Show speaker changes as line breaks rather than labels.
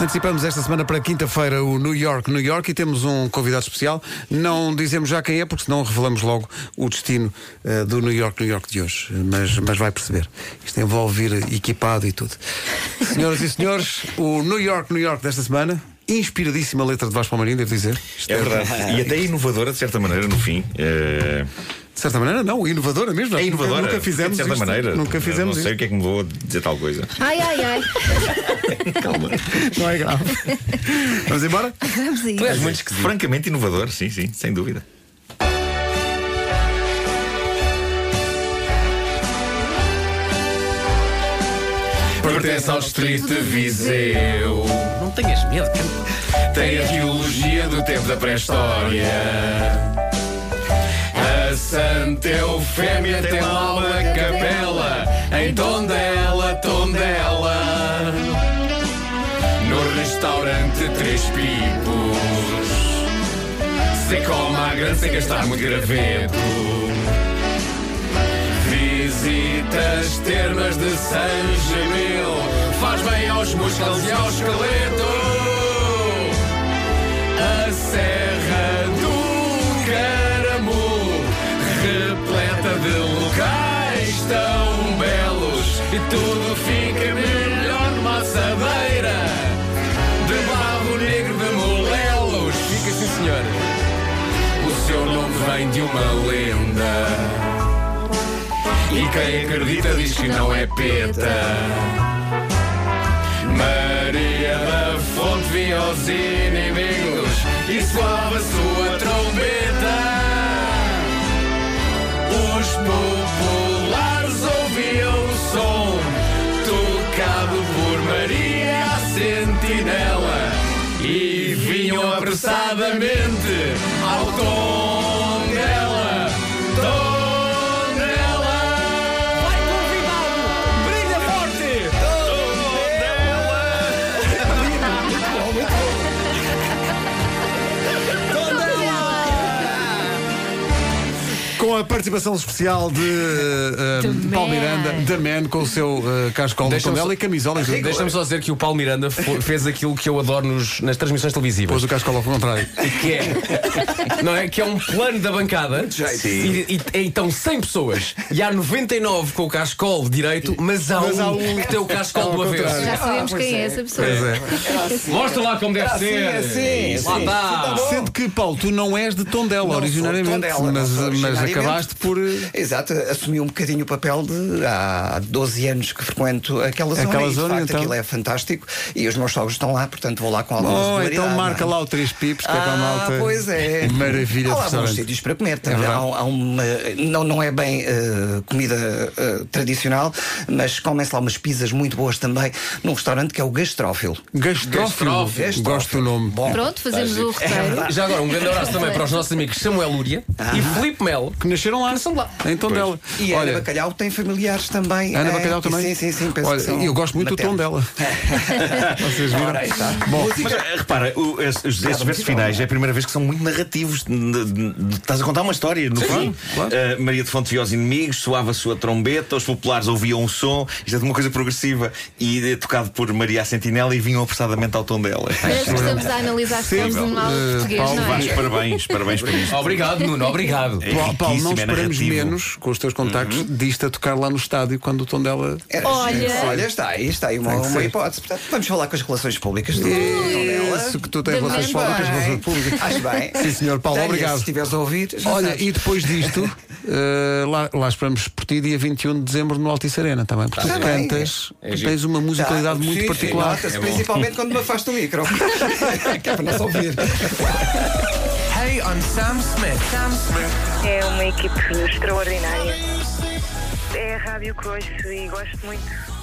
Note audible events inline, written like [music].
Antecipamos esta semana para quinta-feira o New York, New York e temos um convidado especial. Não dizemos já quem é, porque senão revelamos logo o destino eh, do New York, New York de hoje. Mas, mas vai perceber. Isto envolve ir equipado e tudo. Senhoras e senhores, o New York, New York desta semana, inspiradíssima letra de Vasco Palmarinho, devo dizer. Isto
É
[laughs]
verdade. E até inovadora, de certa maneira, no fim. Eh,
De certa maneira, não, inovadora mesmo.
É inovadora.
Nunca fizemos
de certa
isto.
maneira.
Nunca fizemos
Não sei o que é que me vou dizer tal coisa.
Ai, ai, ai.
[laughs] Calma.
isto. Não é grave. Vamos embora?
Vamos a isso.
Tu és muito esquisito. Francamente inovador, sim, sim, sem dúvida. Pertence ao distrito de Viseu.
Não tenhas medo,
Tem arqueologia do tempo da pré-história. A Santa Eufémia tem lá uma capela em Tondela, Tondela. No restaurante Três Pipos. Se come à grande sem gastar muito graveto. Visitas termas de San Gemil. Faz bem aos músculos e ao esqueleto. A Serra do Caramo, repleta de locais tão belos, e tudo fica melhor numa assadeira de barro negro de molelos. Fica sim, senhor. O seu nome vem de uma lenda. E quem acredita diz que não é peta. Maria da Fonte via os inimigos e soava sua trombeta. Os populares ouviam o som tocado por Maria a Sentinela e vinham apressadamente ao tom dela. Tom dela. Vai convidado! Brilha forte! Tom dela!
Com a participação especial de uh,
The
Paulo
Man.
Miranda, The Man, com o seu uh, cascol de
Deixa-me
Tondela
só-
e camisola. e tudo.
Deixa-me só dizer que o Paulo Miranda fo- fez aquilo que eu adoro nos- nas transmissões televisivas.
Pôs o cascol ao contrário.
Que é, não é? que é um plano da bancada e, e, e então 100 pessoas e há 99 com o cascol direito, mas há,
Mas
um,
há um-
que tem o
ao
cascol do avesso.
contrário.
Já sabemos quem é essa pessoa.
Pois é.
Mostra lá como
assim,
deve ser. lá
tá
está.
Sendo que, Paulo, tu não és de Tondela
Oh. Não
originariamente,
sou de Tondela, não
mas,
sou
mas
originariamente.
acabaste por. uh,
Exato, assumi um bocadinho o papel de há 12 anos que frequento aquela zona.
Aquela
e, de
zona,
facto,
então.
aquilo é fantástico e os meus sogros estão lá, portanto vou lá com alguma
Oh,
regularidade,
então
não é?
marca lá o Três Pipos, que é para a
Ah,
malta.
pois é.
Maravilha de
Há lá bons
restaurante. É
sítios para comer também.
verdade.
há, um, há uma, não, não é bem eh, comida eh, tradicional, mas comem-se lá umas pizzas muito boas também num restaurante que é o Gastrófilo.
Gastrófilo.
Gastrófilo.
Gosto do nome.
Bom.
Pronto, fazemos o
[laughs]
roteiro.
Já agora, um grande abraço também para os nossos amigos Samuel Lúria e Filipe Melo.
Que nasceram lá.
Nasceram lá.
Em Tondela.
E a Ana
Olha,
Bacalhau tem familiares também.
Ana
eh,
Bacalhau
e
também.
Sim, sim, sim. Penso
Olha,
que são
eu gosto muito do tom
maternos.
dela.
[laughs]
Vocês viram?
Ora, aí está.
Bom,
Música.
Mas eh, repara, o- es- os, esses versos finais é a primeira vez que são muito narrativos. N- n- Estás a contar uma história, no fim.
claro.
Eh, Maria de Fontes via os inimigos, soava a sua trombeta, os populares ouviam o som. Isto é de uma coisa progressiva. E é tocado por Maria a Sentinela e vinham apressadamente ao tom dela.
é.
Parece que estamos a analisar se temos um mal
Eh,
português,
Paulo
não
Mas
é?
parabéns, parabéns por isto.
Obrigado, Ah, Nuno, obrigado.
É
Paulo, Paulo, não
riquíssimo, é
esperamos
narrativo. Uhum.
menos com os teus contactos disto a tocar lá no estádio quando o tom dela. é
Era
Olha.
giro. É, Olha, está aí, está aí uma,
Tem que
uma
ser.
hipótese. Portanto, vamos falar com as relações públicas do
Isso que tu tens
Também
relações
bem.
públicas, relações públicas.
Acho bem.
Sim, senhor Paulo,
Tenha, Se
obrigado.
estiveres a ouvir, já
Olha,
sabes.
e depois disto, eh, lá, lá esperamos por ti dia 21 de dezembro no Altice Arena também. Porque tu
Tá bem.
cantas, tu tens uma musicalidade
Tá,
muito
sim,
particular. É
nota-se, principalmente quando me afasto
[laughs]
o micro. [laughs] que é para não se ouvir.
Hey, I'm Sam Smith. Sam Smith.
É uma equipe extraordinária. É a Rádio Coice e gosto muito